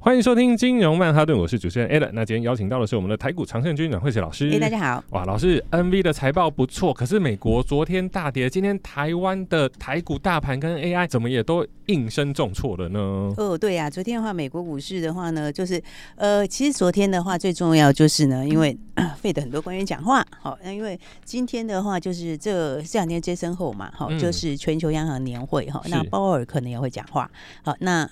欢迎收听金融曼哈顿，我是主持人 Alan。那今天邀请到的是我们的台股常胜军阮慧慈老师。哎、大家好。哇，老师，NV 的财报不错，可是美国昨天大跌，今天台湾的台股大盘跟 AI 怎么也都应声重挫了呢？哦，对啊，昨天的话，美国股市的话呢，就是呃，其实昨天的话最重要就是呢，因为 啊费的很多官员讲话，好、那因为今天的话就是这这两天接身后嘛，好、嗯就是全球央行年会哈、是那鲍尔可能也会讲话，好、那。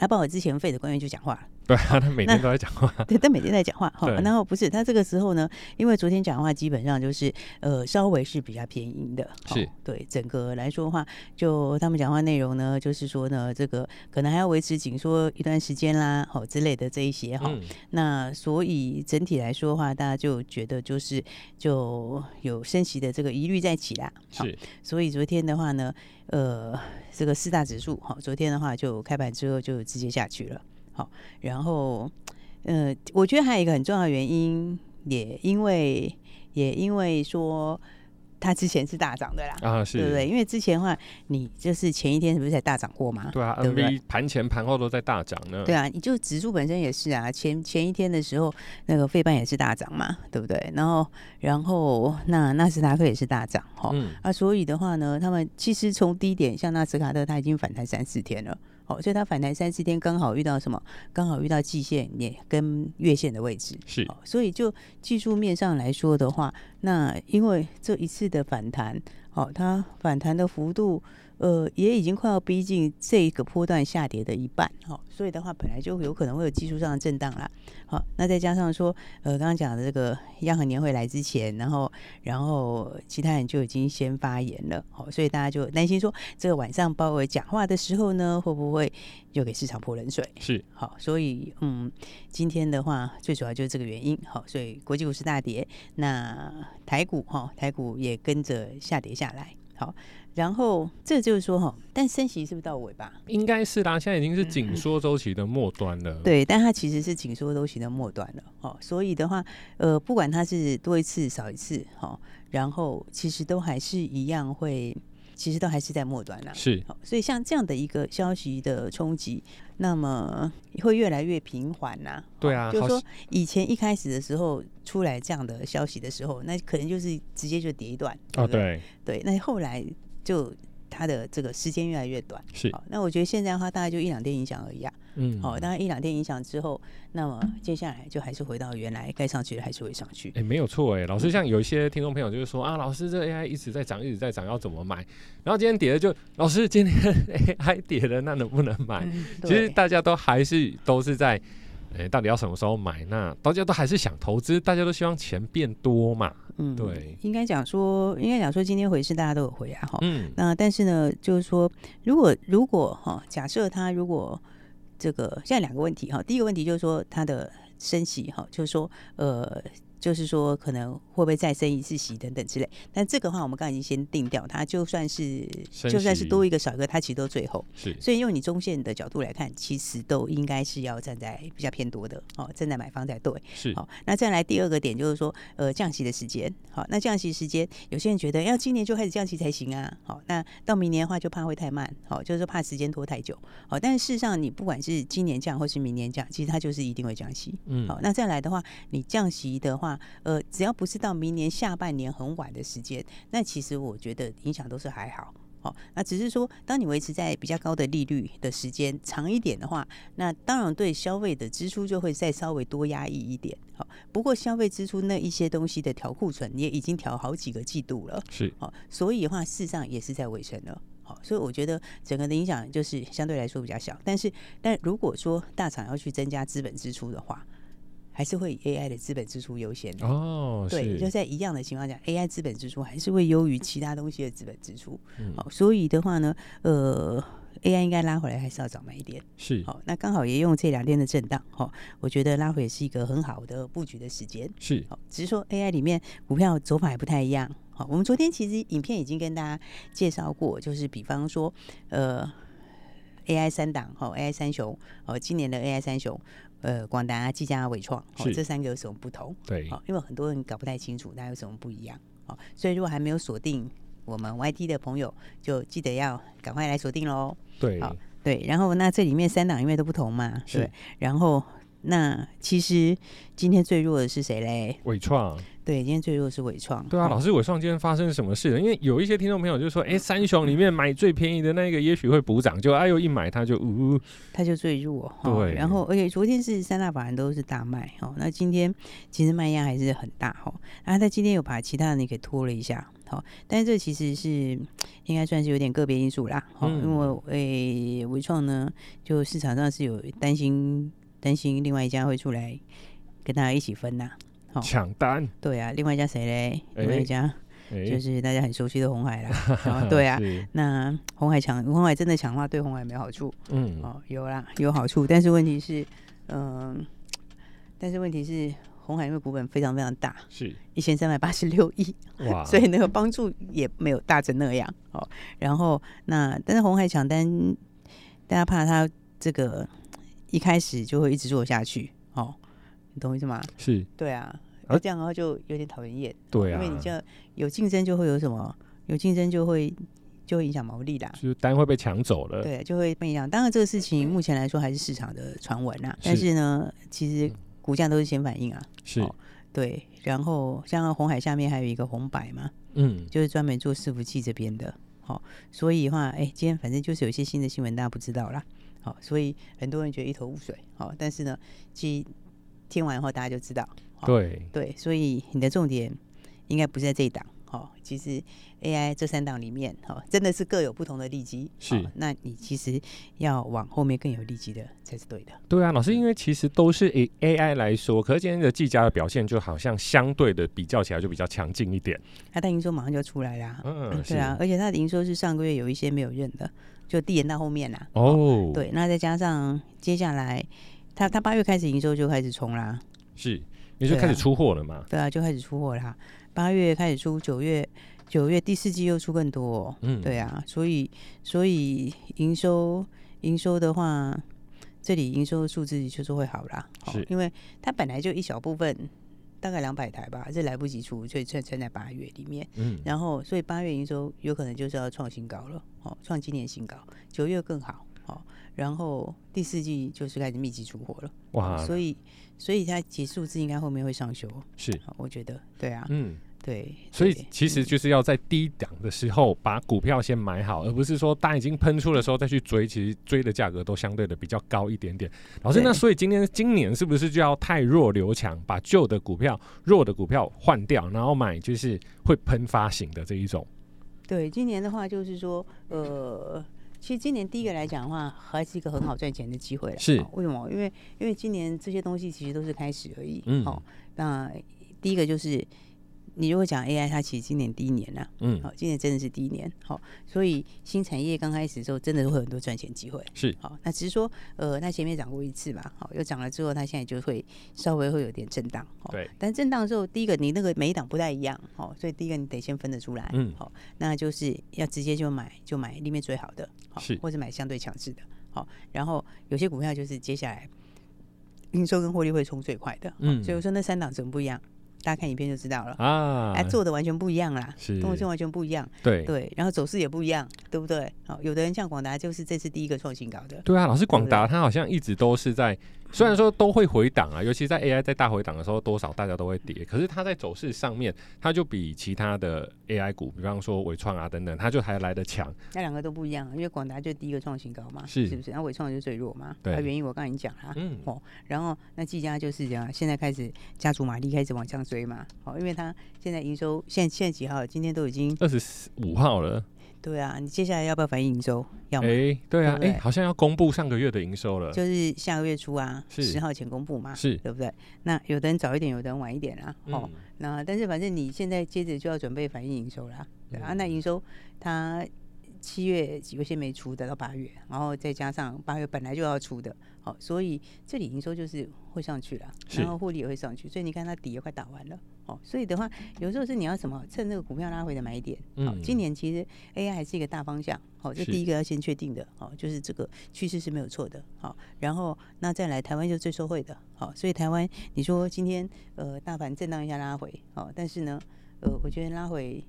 那鲍尔之前费的官员就讲话了，对啊，他每天都在讲话。对，但每天在讲话哈对。然后不是他这个时候呢，因为昨天讲话基本上就是呃稍微是比较偏阴的，好是对整个来说的话，就他们讲话内容呢，就是说呢，这个可能还要维持紧缩一段时间啦，好之类的这一些哈。嗯，那所以整体来说的话，大家就觉得就是就有升息的这个疑虑在起啦。哦好是所以昨天的话呢，呃，这个四大指数，好，昨天的话就开盘之后就直接下去了，好，然后，呃，我觉得还有一个很重要的原因，也因为也因为说它之前是大涨的啦，啊，是，对不对？因为之前的话，你就是前一天是不是才大涨过嘛？对啊对不对，NV 盘前盘后都在大涨呢。对啊，你就指数本身也是啊，前前一天的时候，那个费半也是大涨嘛，对不对？然后，然后那纳斯达克也是大涨哈、哦嗯，啊，所以的话呢，他们其实从低点，像纳斯卡特，它已经反弹三四天了，哦，所以它反弹三四天刚好遇到什么？刚好遇到季线也跟月线的位置，是哦，所以就技术面上来说的话，那因为这一次的反弹，哦，它反弹的幅度，呃，也已经快要逼近这个波段下跌的一半，哦，所以的话，本来就有可能会有技术上的震荡啦。好、那再加上说，呃，刚刚讲的这个央行年会来之前，然后，然后其他人就已经先发言了，好、所以大家就担心说，这个晚上鲍尔讲话的时候呢，会不会又给市场泼冷水？是，好，所以嗯，今天的话最主要就是这个原因。好，所以国际股市大跌，那台股哈、台股也跟着下跌下来。好，然后这就是说哈，但升息是不是到尾巴？应该是啦，现在已经是紧缩周期的末端了。，对，但它其实是紧缩周期的末端了。哦，所以的话，呃，不管它是多一次少一次，哦，然后其实都还是一样会，其实都还是在末端啦、是好，所以像这样的一个消息的冲击，那么会越来越频繁呐、对好啊就是好说像以前一开始的时候出来这样的消息的时候，那可能就是直接就跌一段，哦，不对对，对，那后来就它的这个时间越来越短，是，好，那我觉得现在的话大概就一两天影响而已啊，嗯，好、大概一两天影响之后，那么接下来就还是回到原来该上去的还是会上去，哎、没有错哎，老师，像有一些听众朋友就是说啊，老师这 AI 一直在涨，一直在涨，要怎么买？然后今天跌了就，老师今天 AI 跌了，那能不能买？其实嗯对大家都还是都是在，哎、到底要什么时候买？那大家都还是想投资，大家都希望钱变多嘛。嗯对应该讲说，应该讲说今天回市大家都有回啊，哈、嗯，那但是呢，就是说，如果如果哈、假设他如果这个现在两个问题哈、第一个问题就是说他的升息哈、就是说呃，就是说可能会不会再升一次息等等之类。但这个话我们刚刚已经先定掉，它就算是升就算是息多一个少一个，它其实都最后。是所以用你中线的角度来看，其实都应该是要站在比较偏多的哦，站在买方才对。是好、，那再来第二个点就是说，呃，降息的时间。好、那降息时间，有些人觉得要今年就开始降息才行啊。好、那到明年的话就怕会太慢，好、就是怕时间拖太久。好、但是事实上你不管是今年降或是明年降，其实它就是一定会降息。嗯好、，那再来的话，你降息的话，呃，只要不是到明年下半年很晚的时间，那其实我觉得影响都是还好。好、那只是说，当你维持在比较高的利率的时间长一点的话，那当然对消费的支出就会再稍微多压抑一点。好、不过消费支出那一些东西的调库存也已经调好几个季度了。是好、所以的话，事实上也是在尾声了。好，所以我觉得整个的影响就是相对来说比较小。但是，但如果说大厂要去增加资本支出的话，还是会以 AI 的资本支出优先的。哦，对，是就在一样的情况下，AI 资本支出还是会优于其他东西的资本支出。嗯好，所以的话呢，呃，AI 应该拉回来还是要早买一点。是好，那刚好也用这两天的震荡，哈、我觉得拉回也是一个很好的布局的时间。是好，只是说 AI 里面股票走法也不太一样。好，我们昨天其实影片已经跟大家介绍过，就是比方说，呃，AI 三档，哈、a i 三雄，哦，今年的 AI 三雄，呃，广达、技嘉、伟创，哦，是嗯这三个有什么不同？对好，因为很多人搞不太清楚，那有什么不一样？好，所以如果还没有锁定我们 YT 的朋友，就记得要赶快来锁定喽。对好对，然后那这里面三档因为都不同嘛，是对，然后那其实今天最弱的是谁嘞？伟创，对，今天最弱的是伟创。对啊，哦老师伟创今天发生什么事了？因为有一些听众朋友就说，哎，三雄里面买最便宜的那个也许会补涨，就哎呦一买它就呜，它就最弱。哦对然后而且昨天是三大法人都是大卖哦，那今天其实卖压还是很大哈。哦然后它今天有把其他的那给拖了一下，好、但是这其实是应该算是有点个别因素啦。好、嗯因为诶伟创呢，就市场上是有担心担心另外一家会出来跟他一起分呐、好抢单，对啊，另外一家谁嘞？另外哎一家就哎，是大家很熟悉的红海 啦。然后对啊，是那红海强，红海真的强化对红海没好处嗯，哦，有啦有好处，但是问题是，嗯、但是问题是红海因为股本非常非常大， 是一千三百八十六亿，哇，所以那个帮助也没有大成那样哦。然后那但是红海抢单，大家怕它这个一开始就会一直做下去哦，你懂我意思吗？是对啊，而这样的话就有点讨人厌。对啊因为，你这有竞争就会有什么？有竞争就会就会影响毛利啦，就是单会被抢走了，对，就会被影响。当然，这个事情目前来说还是市场的传闻啦，但是是呢，其实股价都是先反应啊，是哦对。然后像红海下面还有一个红百嘛，嗯，就是专门做伺服器这边的，好、所以的话，哎，今天反正就是有一些新的新闻，大家不知道啦，好、所以很多人觉得一头雾水，好、但是呢，其实听完后大家就知道，好对对，所以你的重点应该不是在这一档。哦，其实 AI 这三档里面，哦，真的是各有不同的利基。是哦那你其实要往后面更有利基的才是对的。对啊，老师，因为其实都是 A A I 来说，可是今天的技嘉的表现就好像相对的比较起来就比较强劲一点，它的营收马上就要出来啦。嗯，对啊，而且它的营收是上个月有一些没有认的，就递延到后面啦。是，哦，，对，那再加上接下来，它它八月开始营收就开始冲啦，是，你就对啊开始出货了嘛，对啊，就开始出货啦。八月开始出，九月九月第四季又出更多、哦，嗯，对啊，所以所以营收营收的话，这里营收数字就是会好啦，哦是因为它本来就一小部分，大概两百台吧，是来不及出，所以趁趁在八月里面，嗯，然后所以八月营收有可能就是要创新高了，哦，创今年新高，九月更好，哦，然后第四季就是开始密集出货了，哇，所以所以它结束字应该后面会上修，是，哦我觉得，对啊，嗯，对，所以对嗯其实就是要在低档的时候把股票先买好，而不是说大已经喷出的时候再去追，其实追的价格都相对的比较高一点点。老师，对那所以今天今年是不是就要太弱留强，把旧的股票、弱的股票换掉，然后买就是会喷发型的这一种？对，今年的话就是说，呃，其实今年第一个来讲的话，还是一个很好赚钱的机会了。是哦为什么？因为因为今年这些东西其实都是开始而已。嗯哦，那第一个就是。你如果讲 AI，它其实今年第一年啦、嗯好、，今年真的是第一年，好、所以新产业刚开始的时候，真的会有很多赚钱机会，是好、那只是说，呃，它前面涨过一次嘛，好、又涨了之后，它现在就会稍微会有点震荡，哦，对，但震荡的时候，第一个你那个每一档不太一样，哦，所以第一个你得先分得出来，嗯好、那就是要直接就买，就买里面最好的，好、是或者买相对强势的，好、然后有些股票就是接下来营收跟获利会冲最快的，好嗯所以我说那三档怎么不一样，大家看影片就知道了，啊，哎、做的完全不一样啦，是跟我做完全不一样，对对，然后走势也不一样，对不对？好、有的人像广达就是这次第一个创新高的，对啊，老师广对达它好像一直都是在，虽然说都会回档啊，尤其在 AI 在大回档的时候，多少大家都会跌，可是它在走势上面，它就比其他的 AI 股，比方说伟创啊等等，它就还来得强。那两个都不一样，因为广达就第一个创新高嘛，是不是？那伟创就最弱嘛，对啊原因我刚才已经讲啦，嗯哦，然后那技嘉就是这样，现在开始家族马力开始往上追嘛，哦，因为它现在营收现现在几号？今天都已经二十五号了，对啊，你接下来要不要反映营收？要吗？哎，对啊对，不哎对，好像要公布上个月的营收了，就是下个月初啊，是十号前公布嘛，是对不对？那有的人早一点，有的人晚一点啊。哦嗯，，那但是反正你现在接着就要准备反映营收啦，对啊，嗯那营收它七月有些没出的到八月，然后再加上八月本来就要出的，好、所以这里营收就是会上去了，是然后获利也会上去，所以你看它底也快打完了，哦，所以的话有时候是你要什么趁这个股票拉回的买点，好、嗯今年其实 AI 还是一个大方向，好、这是第一个要先确定的，好、就是这个趋势是没有错的，好、然后那再来台湾就是最受惠的，好、所以台湾你说今天呃大盘震荡一下拉回，好、但是呢，呃，我觉得拉回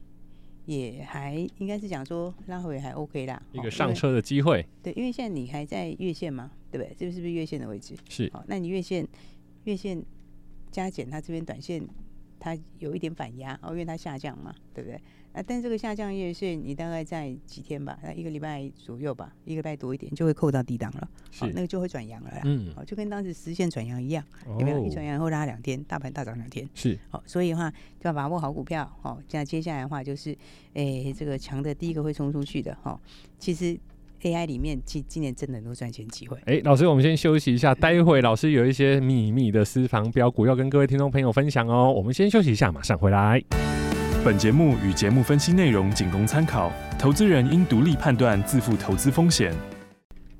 也还应该是讲说拉回还 OK 啦，一哦个因上为车的机会对，因为现在你还在月线嘛，对不对？这是不是月线的位置？是好，那你月线月线加减，它这边短线它有一点反压哦，因为它下降嘛，对不对？啊，但这个下降月线你大概在几天吧，那一个礼拜左右吧，一个礼拜多一点就会扣到低档了，好，哦那是，个啊就会转阳了啦。嗯，好，就跟当时实线转阳一样，有没有？一转哦，阳后拉两天，大盘大涨两天。是好、所以的话就要把握好股票。好、这样接下来的话就是，诶、这个强的第一个会冲出去的。哈、其实 AI 里面今今年真的很多赚钱机会。哎，老师，我们先休息一下，待会老师有一些秘密的私房标股要跟各位听众朋友分享哦。我们先休息一下，马上回来。本节目与节目分析内容仅供参考，投资人应独立判断，自负投资风险。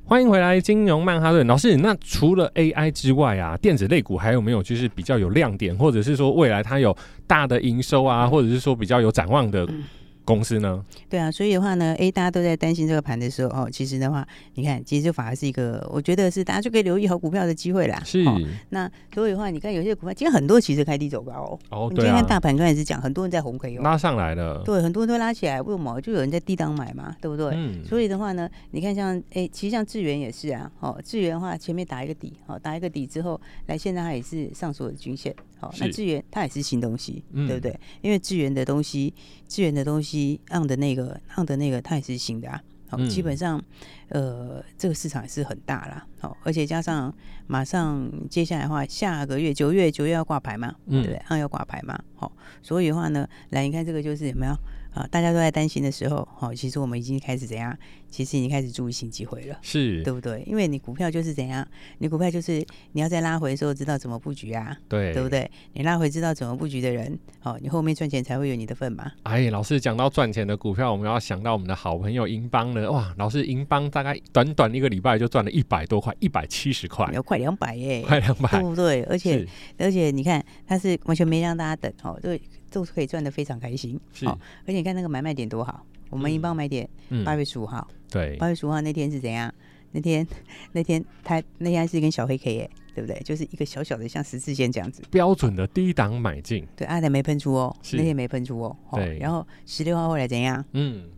欢迎回来，金融曼哈顿老师。那除了 AI 之外啊，电子类股还有没有就是比较有亮点，或者是说未来它有大的营收啊，或者是说比较有展望的嗯公司呢？对啊，所以的话呢，诶，大家都在担心这个盘的时候，哦，其实的话，你看，其实就反而是一个，我觉得是大家就可以留意好股票的机会啦。哦那所以的话，你看有些股票，今天很多其实开低走高哦。哦，你对今天啊看，大盘刚才是讲，很多人在红 K 哦，拉上来了，对，很多人都拉起来，为什么？就有人在低档买嘛，对不对？嗯所以的话呢，你看像哎、其实像智源也是啊，哦，智源的话前面打一个底，哦，打一个底之后，来现在它也是上所有的均线，好、那是智源它也是新东西，嗯对不对？因为智源的东西，智源的东西，on 的那个 on 的那个它也是新的啊，好、嗯基本上呃这个市场也是很大啦，好、而且加上马上接下来的话，下个月九月九月要挂牌嘛，嗯对不对？啊，要挂牌嘛，好、所以的话呢，来你看这个就是有没有啊？大家都在担心的时候，好、其实我们已经开始怎样？其实已经开始注意新机会了。是对不对？因为你股票就是怎样，你股票就是你要在拉回的时候知道怎么布局啊，对对不？对？你拉回知道怎么布局的人，哦，你后面赚钱才会有你的份嘛。哎，老师讲到赚钱的股票，我们要想到我们的好朋友英邦了。哇，老师英邦大概短短一个礼拜就赚了一百多块，一百七十块，有哦快两百耶，快两对百。不对？而且是而且你看，它是完全没让大家等哦，都都可以赚得非常开心。是哦，而且你看那个买卖点多好，我嗯们英镑买点嗯八月十五号，对八、月十五号那天是怎样？那天那天它那天还是一根小黑 K 耶，对不对？就是一个小小的像十字线这样子。标准的低档买进，对，阿德没喷出哦，是那天没喷出哦。哦对然后十六号后来怎样？嗯，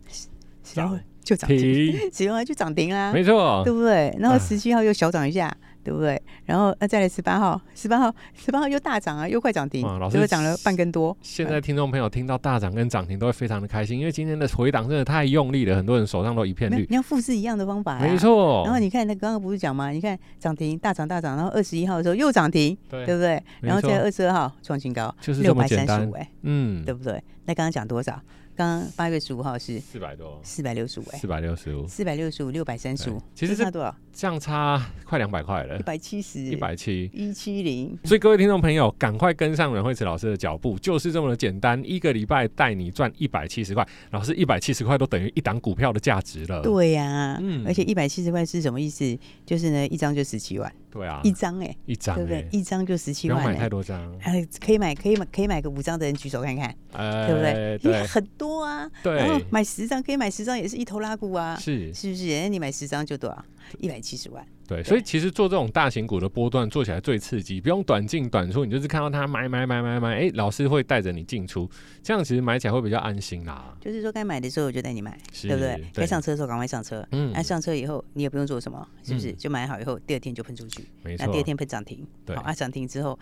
十六涨就涨停，停，十六号就涨停啦、没错啊对，不对？然后啊十七号又小涨一下，对不对？然后啊那再来十八号，十八号，十八号又大涨啊，又快涨停哇老，师又涨了半根多。现在听众朋友听到大涨跟涨停都会非常的开心，因为今天的回档真的太用力了，很多人手上都一片没有绿你。要复制一样的方法、啊，没。错，然后你看，那刚刚不是讲吗？你看涨停大涨大涨，然后二十一号的时候又涨停，对对，不对？没然后错在二十二号创新高，就是这六么百简三十单五，。哎，嗯对，不对？那刚刚讲多少？刚刚八月十五号是四百多，四百六十五，哎四，百六十五，四百六十五，六百三十对五，其实这这差 多少？这样差快两百块了一，百七十，一百七。一七零，所以各位听众朋友，赶快跟上阮慧慈老师的脚步，就是这么的简单，一个礼拜带你赚一百七十块，老师一百七十块都等于一档股票的价值了。对呀、呃嗯而且一百七十块是什么意思？就是呢，一张就十七万，对啊，一张哎、一张对不欸对？，一张就十不七用万买哎、太多张，哎，可以买，可以买，可以买个五张的人举手看看，哎对对不对？因为很多啊，然后对买十张可以买十张，也是一头拉股啊，是，是不是？那你买十张就多少？一百七十万，对，所以其实做这种大型股的波段做起来最刺激，不用短进短出，你就是看到它买买买买买，哎，老师会带着你进出，这样其实买起来会比较安心啦。就是说该买的时候我就带你买，是对不对？对该上车的时候赶快上车，嗯那、上车以后你也不用做什么，是不是？嗯就买好以后，第二天就喷出去，没那错第二，天喷涨停，对好，啊涨停之后，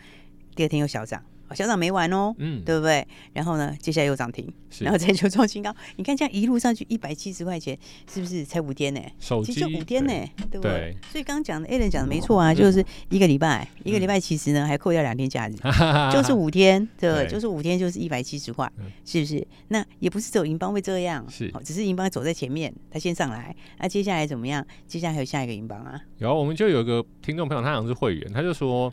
第二天又小涨，小涨没完哦，嗯，对不对？然后呢，接下来又涨停，是然后再就创新高。你看这样一路上去一百七十块钱，是不是才五天呢？手其机实就五天呢，对不对对？嗯所以刚刚讲的 a l n 讲的没错啊，就是一个礼拜，一个礼拜其实呢还扣掉两天假日， 就是五天，对不对，对就是五天就是一百七十块嗯，是不是？那也不是只有银邦会这样，是哦只是银邦走在前面，它先上来，那接下来怎么样？接下来还有下一个银邦啊，然后我们就有一个听众朋友，他好像是会员，他就说。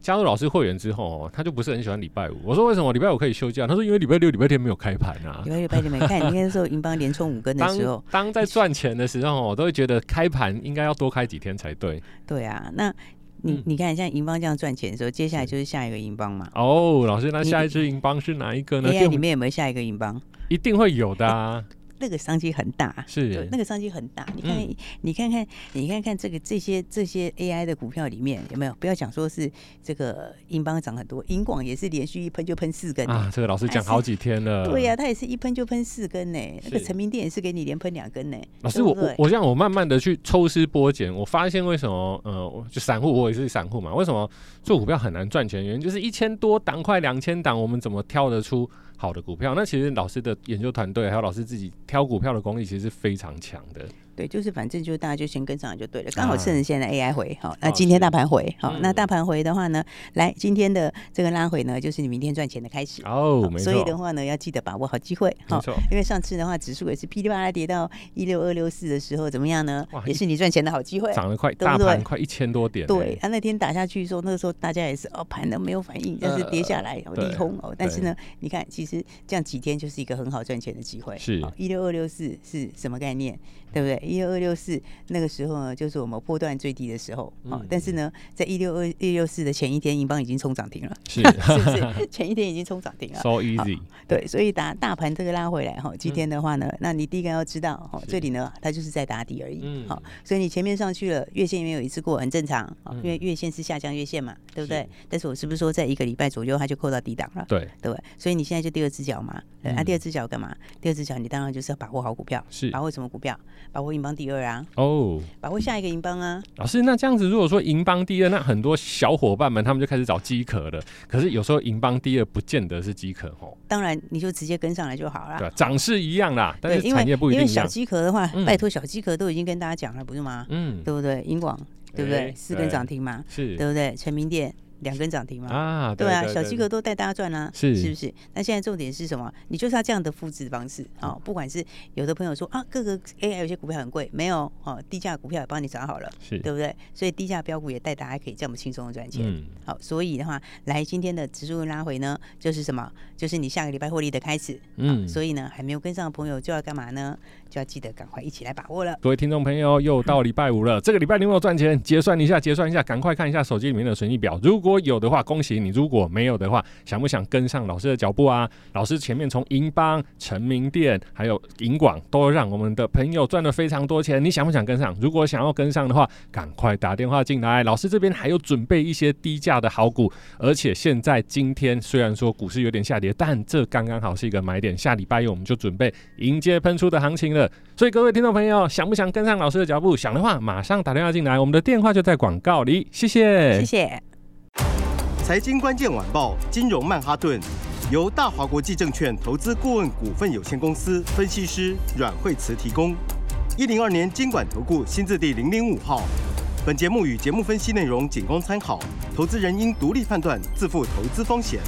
加入老师会员之后哦，他就不是很喜欢礼拜五。我说为什么礼拜五可以休假？他说因为礼拜六、礼拜天没有开盘啊礼。拜六、礼拜天没看，你看那时候银邦连冲五根的时候当，当在赚钱的时候，我哦都会觉得开盘应该要多开几天才对。对啊，那你嗯你看像银邦这样赚钱的时候，接下来是就是下一个银邦嘛。哦，老师，那你下一支银邦是哪一个呢？ AI 电里面有没有下一个银邦？一定会有的啊，那个商机很大，哎啊对是那个商机很大。你看，嗯你看看，你看看这个这些这些 AI 的股票里面有没有？不要讲说是这个银邦涨很多，银广也是连续一喷就喷四根呢、啊，这个老师讲好几天了。对呀、它哎也是一喷就喷四根呢、那个是成名店也是给你连喷两根呢、欸老师，对不我我对我让我慢慢的去抽丝剥茧，我发现为什么呃，我就散户我也是散户嘛，为什么做股票很难赚钱？原因就是一千多档快两千档，我们怎么挑得出好的股票？那其实老师的研究团队还有老师自己挑股票的功力其实是非常强的。对，就是反正就大家就先跟上来就对了，刚啊好趁着现在 AI 回好，那哦今天是大盘回好，那嗯大盘回的话呢，来今天的这个拉回呢，就是你明天赚钱的开始。哦好，没所以的错，话呢，要记得把握好机会没好，错，因为上次的话，指数也是噼里啪啦跌到一六二六四的时候，怎么样呢哇？也一是你赚钱的好机会。涨了快对不大盘对快一千多点欸，对，他、那天打下去的时候，那个时候大家也是哦，盘都没有反应，但是跌下来，然后呃对利空哦。但是对呢，你看，其实这样几天就是一个很好赚钱的机会。哦是一六二六四是什么概念？对不对？一六二六四那个时候呢，就是我们波段最低的时候。哦嗯，但是呢，在一六二一六四的前一天，银邦已经冲 涨停了， 是是不是？前一天已经冲涨停了。 so easy，对，所以打大盘这个拉回来哈，嗯今天的话呢，那你第一个要知道哈，这里呢它就是在打底而已，嗯好、所以你前面上去了，月线没有一次过，很正常，好因为嗯月线是下降月线嘛，对不对是？但是我是不是说在一个礼拜左右它就扣到底档了？对，对不对，所以你现在就第二只脚嘛，对，那、嗯第二只脚干嘛？第二只脚你当然就是要把握好股票，是把握什么股票？把握银邦第二啊，哦。把握下一个银邦啊，老师，那这样子，如果说银邦第二，那很多小伙伴们他们就开始找机壳了。可是有时候银邦第二不见得是机壳哦，当然你就直接跟上来就好对吧、了。涨势一样啦，但啊对，是因产业不为一因为定一小样。机壳的话，嗯拜托小机壳都已经跟大家讲了，不是吗？嗯，对不对？银广对不对？哎四根对涨停嘛，对是不对？成名店两根涨停嘛，啊，对啊，对小机壳都带大家赚啦、是是不是？那现在重点是什么？你就是要这样的复制方式嗯啊、哦！不管是有的朋友说啊，各个 AI 有些股票很贵，没有哦，低价股票也帮你找好了，是对不对？所以低价标股也带大家可以这么轻松的赚钱。嗯，好，所以的话，来今天的指数拉回呢，就是什么？就是你下个礼拜获利的开始。嗯嗯，所以呢，还没有跟上的朋友就要干嘛呢？就要记得赶快一起来把握了。各位听众朋友，又到礼拜五了，这个礼拜你有没有赚钱？结算一下，结算一下，赶快看一下手机里面的损益表。如果有的话，恭喜你；如果没有的话，想不想跟上老师的脚步啊？老师前面从银邦、成名店还有银广都让我们的朋友赚了非常多钱，你想不想跟上？如果想要跟上的话，赶快打电话进来。老师这边还有准备一些低价的好股，而且现在今天虽然说股市有点下跌，但这刚刚好是一个买点。下礼拜一我们就准备迎接喷出的行情了。所以各位听众朋友，想不想跟上老师的脚步？想的话，马上打电话进来，我们的电话就在广告里。谢谢谢。谢。财经关键晚报，金融曼哈顿，由大华国际证券投资顾问股份有限公司分析师阮惠慈提供。一零二年经管投顾新字第零零五号。本节目与节目分析内容仅供参考，投资人应独立判断，自负投资风险。